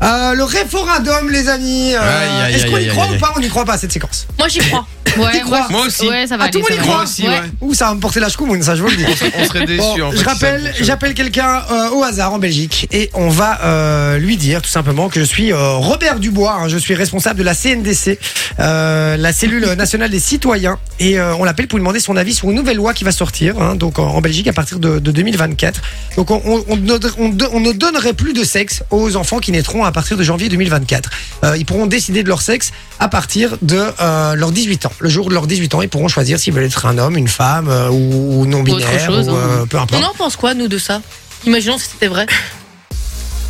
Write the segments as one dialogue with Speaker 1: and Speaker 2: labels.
Speaker 1: Euh, le référendum, les amis. euh,
Speaker 2: Aïe, aïe,
Speaker 1: Est-ce qu'on
Speaker 2: aïe,
Speaker 1: y
Speaker 2: aïe,
Speaker 1: croit
Speaker 2: aïe,
Speaker 1: ou
Speaker 2: aïe.
Speaker 1: pas On n'y croit pas à cette séquence.
Speaker 3: Moi j'y crois.
Speaker 1: T'y
Speaker 3: Ouais,
Speaker 1: crois
Speaker 3: je-
Speaker 2: Moi aussi.
Speaker 3: Ouais, ça va
Speaker 1: Ah, tout le monde y
Speaker 3: aller. ça va
Speaker 1: croit
Speaker 3: aller.
Speaker 2: aussi, ouais.
Speaker 1: Ouh, ça va me porter la chkoumoune, ça je vous le dis.
Speaker 2: On serait déçus.
Speaker 1: Bon,
Speaker 2: en fait,
Speaker 1: je
Speaker 2: ça,
Speaker 1: rappelle,
Speaker 2: donc, euh,
Speaker 1: j'appelle quelqu'un euh, au hasard en Belgique et on va euh, lui dire tout simplement que je suis euh, Robert Dubois, hein, je suis responsable de la CNDC, euh, la cellule nationale des citoyens, et euh, on l'appelle pour lui demander son avis sur une nouvelle loi qui va sortir, hein, donc en, en Belgique à partir de, de 2024. Donc on, on- on ne- on de- on ne donnerait plus de sexe aux enfants qui naîtront à partir de janvier 2024. Euh, ils pourront décider de leur sexe à partir de euh, leurs 18 ans. Le jour de leurs 18 ans, ils pourront choisir s'ils veulent être un homme, une femme euh, ou, ou non
Speaker 3: Ou autre
Speaker 1: binaire,
Speaker 3: chose,
Speaker 1: ou,
Speaker 3: hein.
Speaker 1: euh, peu importe.
Speaker 3: On en pense quoi, nous, de ça Imaginons si c'était vrai.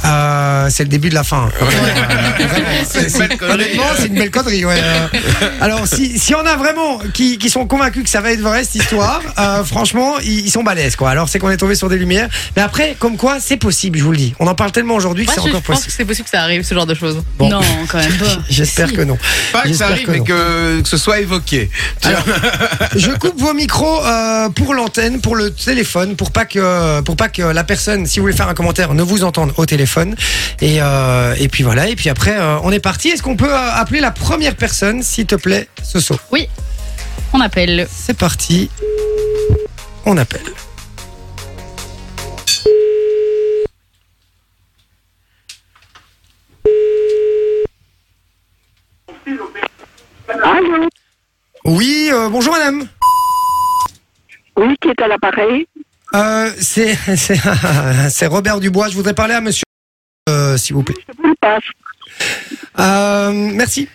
Speaker 1: Euh, c'est le début de la fin.
Speaker 2: c'est une belle connerie.
Speaker 1: Honnêtement, c'est une belle connerie. ouais. Euh, Alors, si, si on a vraiment qui, qui sont convaincus que ça va être vrai cette histoire, euh, franchement, ils, ils sont balèzes quoi. Alors, c'est qu'on est tombé sur des lumières. Mais après, comme quoi, c'est possible, je vous le dis. On en parle tellement aujourd'hui que
Speaker 3: Moi,
Speaker 1: c'est
Speaker 3: je, je
Speaker 1: encore
Speaker 3: pense que
Speaker 1: possible.
Speaker 3: c'est possible que ça arrive, ce genre de choses.
Speaker 1: Bon.
Speaker 4: Non, quand même pas.
Speaker 1: J'espère
Speaker 4: Si.
Speaker 1: que non.
Speaker 2: Pas que ça
Speaker 1: J'espère
Speaker 2: arrive,
Speaker 1: que
Speaker 2: mais
Speaker 1: non.
Speaker 2: que, que ce soit évoqué. Tu vois,
Speaker 1: Je coupe vos micros euh, pour l'antenne, pour le téléphone, pour pas que pour pas que la personne, si vous voulez faire un commentaire, ne vous entende au téléphone. Et, euh, et puis voilà. Et puis après, euh, on est parti. Est-ce qu'on peut euh, appeler la première personne, s'il te plaît, Soso
Speaker 4: On appelle.
Speaker 1: C'est parti. On appelle.
Speaker 5: Allô
Speaker 1: Oui, euh, bonjour madame.
Speaker 5: Oui, qui est à l'appareil
Speaker 1: Euh, c'est c'est- c'est Robert Dubois. Je voudrais parler à monsieur, euh, s'il vous plaît.
Speaker 5: Je vous le passe.
Speaker 1: Euh, merci.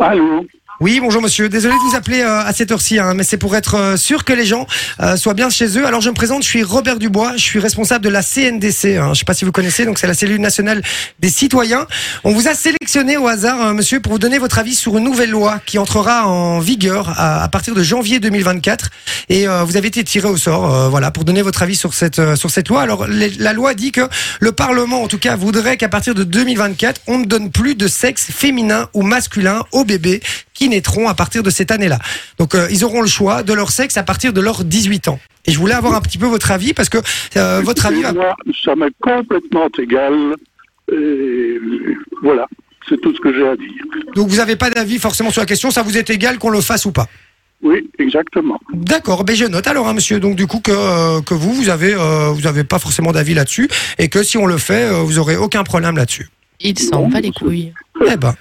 Speaker 5: Allô
Speaker 1: Oui, bonjour monsieur. Désolé de vous appeler euh, à cette heure-ci, hein, mais c'est pour être euh, sûr que les gens euh, soient bien chez eux. Alors je me présente, je suis Robert Dubois, je suis responsable de la CNDC. Hein, je sais pas si vous connaissez, donc c'est la cellule nationale des citoyens. On vous a sélectionné au hasard, hein, monsieur, pour vous donner votre avis sur une nouvelle loi qui entrera en vigueur euh, à, à partir de janvier 2024. Et euh, vous avez été tiré au sort, euh, voilà, pour donner votre avis sur cette euh, sur cette loi. Alors les- la loi dit que le Parlement, en tout cas, voudrait qu'à partir de 2024, on ne donne plus de sexe féminin ou masculin aux bébés qui naîtront à partir de cette année-là. Donc euh, ils auront le choix de leur sexe à partir de leurs 18 ans. Et je voulais avoir un petit peu votre avis parce que euh, votre avis va...
Speaker 5: Moi, ça m'est complètement égal. Et voilà, c'est tout ce que j'ai à dire.
Speaker 1: Donc vous n'avez pas d'avis forcément sur la question, ça vous est égal qu'on le fasse ou pas.
Speaker 5: Oui, exactement.
Speaker 1: D'accord, ben je note alors hein, monsieur, donc du coup que, euh, que vous, vous avez euh, vous avez pas forcément d'avis là-dessus et que si on le fait, euh, vous aurez aucun problème là-dessus.
Speaker 3: Il s'en bat les couilles.
Speaker 1: Eh ben,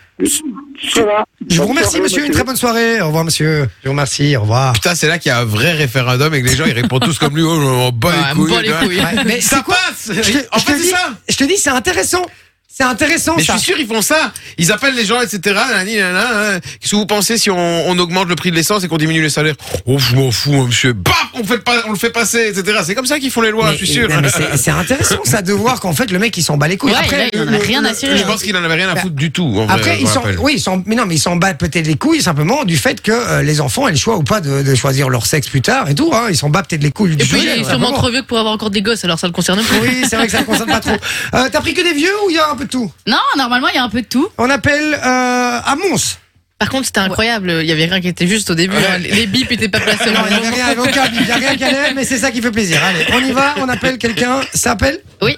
Speaker 5: Voilà.
Speaker 1: je vous
Speaker 5: Bonne
Speaker 1: remercie
Speaker 5: soirée,
Speaker 1: monsieur, une très bonne soirée. Au revoir monsieur. Je vous remercie, au revoir.
Speaker 2: Putain, c'est là qu'il y a un vrai référendum et que les gens ils répondent tous comme lui. Oh, on bat
Speaker 3: Ah,
Speaker 2: les couilles.
Speaker 3: bat les
Speaker 2: tu vois.
Speaker 3: couilles.
Speaker 1: Ouais, mais
Speaker 2: Ça passe
Speaker 1: je te-
Speaker 2: En
Speaker 1: je te
Speaker 2: fait,
Speaker 1: dis-
Speaker 2: c'est ça
Speaker 1: je te dis c'est intéressant. C'est intéressant
Speaker 2: Mais je
Speaker 1: ça.
Speaker 2: suis sûr, ils font ça. Ils appellent les gens, etc. Nanani, nanana, hein. Qu'est-ce que vous pensez si on, on augmente le prix de l'essence et qu'on diminue les salaires Oh, je m'en fous, hein, monsieur. Bam on, fait pas, on le fait passer, etc. C'est comme ça qu'ils font les lois,
Speaker 1: Mais-
Speaker 2: je suis sûr.
Speaker 1: non, mais c'est- c'est intéressant ça de voir qu'en fait le mec il s'en bat les couilles.
Speaker 3: Ouais, là, il en a
Speaker 1: le-
Speaker 3: rien à
Speaker 1: le-
Speaker 3: cirer, hein.
Speaker 2: Je pense qu'il en avait rien à foutre du tout. en vrai,
Speaker 1: Bah, Après,
Speaker 2: je
Speaker 1: ils
Speaker 2: me
Speaker 1: s'en,
Speaker 2: rappelle.
Speaker 1: oui, ils s'en, mais non, mais ils s'en battent peut-être les couilles simplement du fait que euh, les enfants aient le choix ou pas de, de choisir leur sexe plus tard et tout. Hein, ils s'en battent peut-être les couilles
Speaker 3: Et
Speaker 1: du
Speaker 3: puis, il
Speaker 1: sujet,
Speaker 3: est
Speaker 1: ouais,
Speaker 3: sûrement
Speaker 1: vraiment.
Speaker 3: trop vieux que pour avoir encore des gosses, alors ça le concerne pas.
Speaker 1: Oui, c'est vrai que ça ne concerne pas trop. Euh, t'as pris que des vieux ou il y a un peu de tout
Speaker 4: Non, normalement, il y a un peu de tout.
Speaker 1: On appelle euh, à Mons.
Speaker 3: Par contre, c'était incroyable. Il y avait rien qui était juste au début. hein. Les les bips étaient pas placés. au
Speaker 1: Non,
Speaker 3: bon
Speaker 1: il n'y avait
Speaker 3: moment.
Speaker 1: rien, il n'y avait aucun bip, il n'y a rien qu'à l'air, mais c'est ça qui fait plaisir. Allez, on y va, on appelle quelqu'un. Ça appelle
Speaker 3: Oui.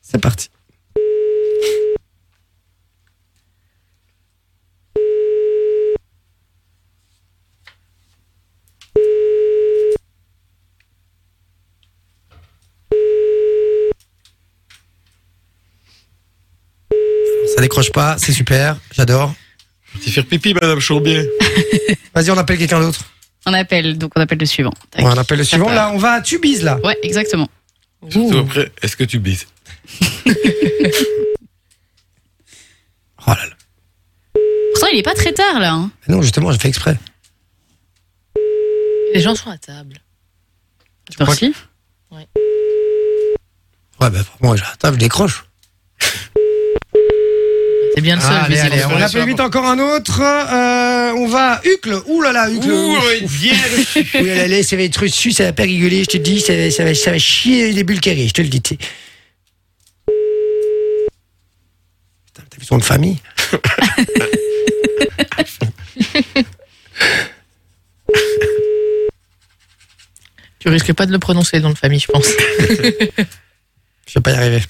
Speaker 1: C'est parti. Ça décroche pas, c'est super, j'adore.
Speaker 2: faire pipi, madame Chourbier.
Speaker 1: Vas-y, on appelle quelqu'un d'autre.
Speaker 4: On appelle, donc on appelle le suivant. Tac.
Speaker 1: Ouais, on appelle le suivant.
Speaker 4: part.
Speaker 1: Là, on va à Tubize, là.
Speaker 4: Ouais, exactement.
Speaker 2: Surtout après, est-ce que tu bises
Speaker 1: Oh là là.
Speaker 4: Pourtant, il est pas très tard là. hein.
Speaker 1: Ah Non, justement, j'ai fait exprès.
Speaker 3: Les gens sont à table.
Speaker 1: crois
Speaker 4: Merci.
Speaker 1: Ouais, bah, moi, j'attends, je décroche.
Speaker 3: C'est bien le seul.
Speaker 1: Ah, allez,
Speaker 3: visiblement.
Speaker 1: allez, on
Speaker 2: sur
Speaker 1: appelle
Speaker 2: la
Speaker 1: vite encore un autre. Euh, on va Hucle. Ouh là là, Hucle.
Speaker 2: Ouh, il vient de-
Speaker 1: Oui, là, là, ça va être reçu, ça va pas rigoler, je te dis, ça va, ça va, ça va chier les bulles carrées, je te le dis. tu sais. Putain, t'as vu son nom de famille
Speaker 3: Tu risques pas de le prononcer dans le famille, je pense.
Speaker 1: Je vais pas y arriver.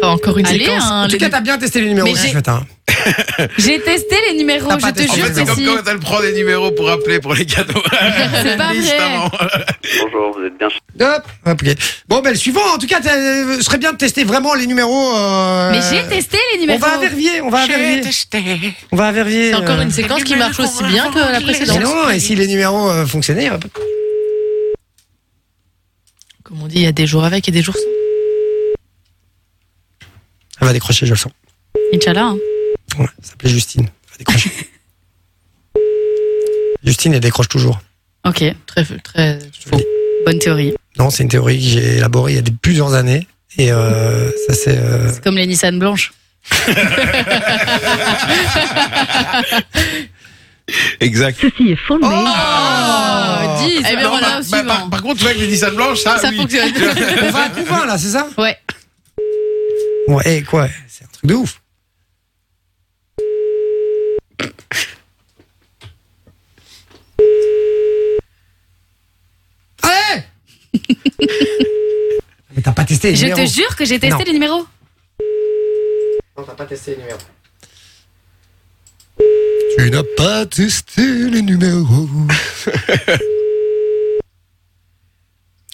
Speaker 3: Enfin, encore une
Speaker 4: Allez,
Speaker 3: séquence.
Speaker 4: hein,
Speaker 1: En tout
Speaker 4: les
Speaker 1: cas,
Speaker 4: deux.
Speaker 1: t'as bien testé les numéros
Speaker 4: Mais
Speaker 1: aussi
Speaker 4: j'ai-
Speaker 1: ce matin.
Speaker 4: J'ai testé les numéros,
Speaker 1: T'as
Speaker 4: je
Speaker 1: pas
Speaker 4: te
Speaker 1: testé.
Speaker 2: En
Speaker 4: jure
Speaker 2: fait, c'est
Speaker 4: que
Speaker 2: comme
Speaker 4: si.
Speaker 2: quand elle prend des numéros pour appeler pour les cadeaux.
Speaker 4: C'est pas
Speaker 2: Liste
Speaker 4: vrai.
Speaker 1: hein.
Speaker 2: avant.
Speaker 6: Bonjour, vous êtes bien chez
Speaker 1: Hop, hop, ok. Bon, ben le suivant, en tout cas, t'as- euh, ce serait bien de tester vraiment les numéros. euh,
Speaker 4: Mais j'ai testé les
Speaker 1: On
Speaker 4: numéros.
Speaker 1: va à Verviers, on va à Verviers. On va à Verviers.
Speaker 3: C'est encore
Speaker 1: euh.
Speaker 3: une séquence qui marche aussi bien que la
Speaker 1: Mais
Speaker 3: précédente.
Speaker 1: non, et si les numéros euh, fonctionnaient. hop.
Speaker 3: Comme on dit, il y a des jours avec et des jours sans.
Speaker 1: Elle va décrocher, je le sens.
Speaker 4: Inch'Allah. hein.
Speaker 1: Ouais, ça s'appelait Justine. Elle va décrocher. Justine, elle décroche toujours.
Speaker 4: Ok, Oh,
Speaker 3: Très, très faux.
Speaker 4: bonne théorie.
Speaker 1: Non, c'est une théorie que j'ai élaborée il y a des- plusieurs années. Et euh, ça, c'est. euh,
Speaker 4: C'est comme les Nissan blanches.
Speaker 2: Exact.
Speaker 4: Oh, 10 Eh bien,
Speaker 2: Non,
Speaker 4: voilà,
Speaker 2: par- par-
Speaker 4: au
Speaker 2: par,
Speaker 4: suivant.
Speaker 2: par contre, ouais, avec les Nissan blanches, ça,
Speaker 3: Ça
Speaker 2: oui.
Speaker 3: fonctionne.
Speaker 1: On va à Couvain, là, c'est ça
Speaker 4: Ouais.
Speaker 1: Ouais, et quoi C'est un truc de ouf. Allez Mais t'as pas testé les
Speaker 4: Je
Speaker 1: numéros.
Speaker 4: te jure que j'ai testé
Speaker 1: Non.
Speaker 4: les numéros.
Speaker 1: Non, t'as pas testé les numéros. Tu n'as pas testé les numéros. non,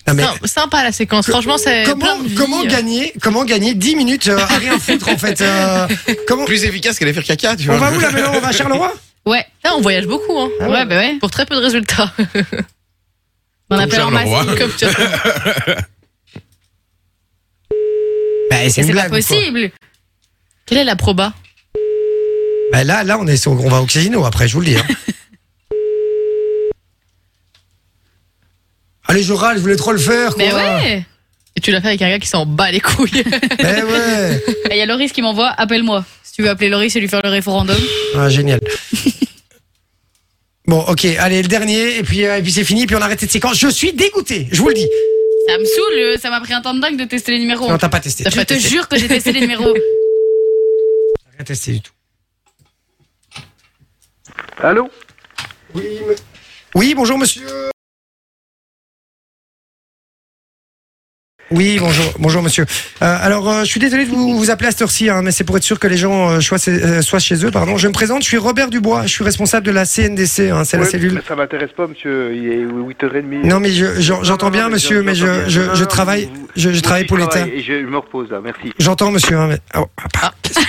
Speaker 1: Ah, mais
Speaker 3: Symp- Sympa la séquence. Franchement, c'est Euh, plein
Speaker 1: comment,
Speaker 3: de vie.
Speaker 1: comment, gagner, comment gagner 10 minutes euh, à rien foutre en fait euh, comment,
Speaker 2: Plus efficace qu'aller faire caca, tu vois.
Speaker 1: On va où là maintenant On va à Charleroi
Speaker 4: Ouais.
Speaker 3: Putain, on voyage beaucoup, hein.
Speaker 1: Ah ouais.
Speaker 4: Ouais, bah ouais.
Speaker 3: Pour très peu de résultats.
Speaker 4: On appelle en
Speaker 2: Charles
Speaker 4: masse.
Speaker 2: Leroy.
Speaker 3: Comme tu
Speaker 1: bah,
Speaker 4: Mais
Speaker 1: C'est une
Speaker 4: C'est pas
Speaker 1: blague. ou quoi
Speaker 4: possible.
Speaker 3: Quelle est la proba
Speaker 1: Bah, là, là on, est sur- on va au casino après, je vous le dis. hein. Allez, je râle, je voulais trop le faire.
Speaker 4: Mais
Speaker 1: quoi.
Speaker 4: ouais.
Speaker 3: Et tu l'as fait avec un gars qui s'en bat les couilles.
Speaker 1: Mais ouais.
Speaker 4: Ah, Il y a Loris qui m'envoie appelle-moi. Si tu veux appeler Loris et lui faire le référendum.
Speaker 1: Ah, génial. Bon, ok, allez, le dernier, et puis, euh, et puis c'est fini, puis on arrête cette séquence. Je suis dégoûté, je vous le dis.
Speaker 4: Ça me saoule, euh, ça m'a pris un temps de dingue de tester les numéros.
Speaker 1: Non, t'as pas testé.
Speaker 3: T'as
Speaker 1: T'as
Speaker 4: Je
Speaker 3: pas
Speaker 4: te
Speaker 3: testé.
Speaker 4: jure que j'ai testé les numéros.
Speaker 1: rien testé du tout.
Speaker 5: Allô
Speaker 1: Oui, oui bonjour, monsieur. Oui, bonjour, bonjour monsieur. Euh, alors, euh, je suis désolé de vous, vous appeler à cette heure-ci, hein, mais c'est pour être sûr que les gens euh, soient, euh, soient chez eux. Pardon. Je me présente, je suis Robert Dubois, je suis responsable de la CNDC, hein, c'est la
Speaker 7: Ouais,
Speaker 1: cellule.
Speaker 7: mais Ça m'intéresse pas, monsieur. Il est 8h30.
Speaker 1: Non, mais je- je- j'entends bien, monsieur, mais je, je, je travaille, je, je travaille pour l'État.
Speaker 7: Et je me repose là, merci.
Speaker 1: J'entends, monsieur. hein, mais- Oh, ah, bah, qu'est-ce que-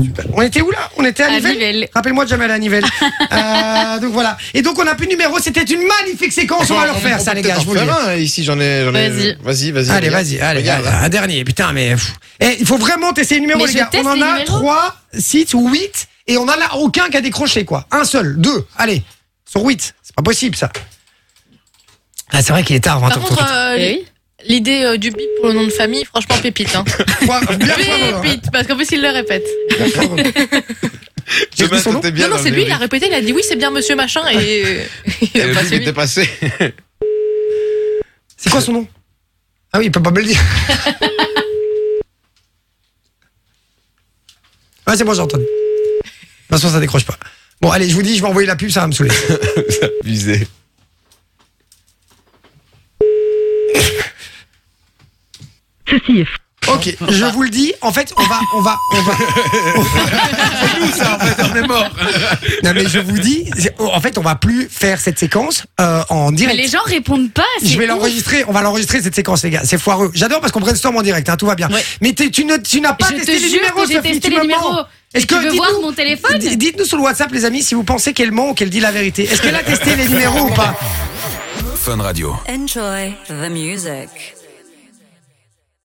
Speaker 1: Super. On était où là On était à
Speaker 4: À
Speaker 1: Nivelles
Speaker 4: Nivelles.
Speaker 1: Rappelle-moi de jamais aller à Nivelles. Euh, donc voilà. Et donc on n'a plus de numéro. C'était une magnifique séquence. On va le refaire, ça, les gars. Je vous le dis.
Speaker 2: faire un, ici, j'en ai, j'en ai.
Speaker 4: Vas-y.
Speaker 2: Vas-y, vas-y.
Speaker 1: Allez,
Speaker 2: regarde.
Speaker 1: vas-y. Allez,
Speaker 2: Regarde.
Speaker 1: un dernier. Putain, mais. pff. Eh, il faut vraiment tester les numéros,
Speaker 4: Mais
Speaker 1: les
Speaker 4: je
Speaker 1: gars.
Speaker 4: teste
Speaker 1: on en
Speaker 4: les
Speaker 1: a
Speaker 4: numéros.
Speaker 1: 3, 6 ou 8. Et on en a aucun qui a décroché, quoi. Un seul, deux. Allez, sur 8. C'est pas possible, ça. Ah, c'est vrai qu'il est tard, 20
Speaker 3: Par contre, euh,
Speaker 4: Eh oui.
Speaker 3: l'idée euh, du bip pour le nom de famille, franchement, pépite. Hein.
Speaker 4: euh,
Speaker 3: pépite, parce qu'en plus, il le répète.
Speaker 1: J'ai oublié son nom
Speaker 2: T'es bien
Speaker 3: non, non,
Speaker 2: dans
Speaker 3: c'est
Speaker 2: le
Speaker 3: lui, il
Speaker 2: débrief.
Speaker 3: a répété, il a dit oui, c'est bien monsieur machin. Et, il
Speaker 2: Et
Speaker 3: a
Speaker 2: le
Speaker 3: pas
Speaker 2: bip
Speaker 3: suivi.
Speaker 2: était passé.
Speaker 1: C'est quoi son nom Ah oui, il peut pas me le dire. ah, c'est bon, j'ai entendu. De toute façon, ça décroche pas. Bon, allez, je vous dis, je vais envoyer la pub, ça va me saouler.
Speaker 2: Abusé.
Speaker 1: Ok, je vous le dis, en fait, on va, on va, on va.
Speaker 2: Ça, en fait, on est mort.
Speaker 1: Non, mais je vous dis, c'est- en fait, on va plus faire cette séquence euh, en
Speaker 4: Mais
Speaker 1: direct.
Speaker 4: les gens répondent pas. c'est
Speaker 1: Je vais
Speaker 4: ouf.
Speaker 1: l'enregistrer, on va l'enregistrer cette séquence, les gars. C'est foireux. J'adore parce qu'on brainstorm en direct, hein, tout va bien.
Speaker 3: Ouais.
Speaker 1: Mais t'es- tu ne- tu n'as pas
Speaker 4: Je
Speaker 1: testé
Speaker 4: te
Speaker 1: les
Speaker 4: jure
Speaker 1: numéros,
Speaker 4: que j'ai
Speaker 1: Sophie,
Speaker 4: testé
Speaker 1: tu
Speaker 4: les
Speaker 1: me mens.
Speaker 4: numéros.
Speaker 1: Est-ce
Speaker 4: Est-ce
Speaker 1: que-
Speaker 4: que tu veux
Speaker 1: dites-nous-
Speaker 4: voir mon téléphone
Speaker 1: D- Dites-nous sur le WhatsApp, les amis, si vous pensez qu'elle ment ou qu'elle dit la vérité. Est-ce qu'elle a testé les numéros ou pas
Speaker 8: Enjoy the music.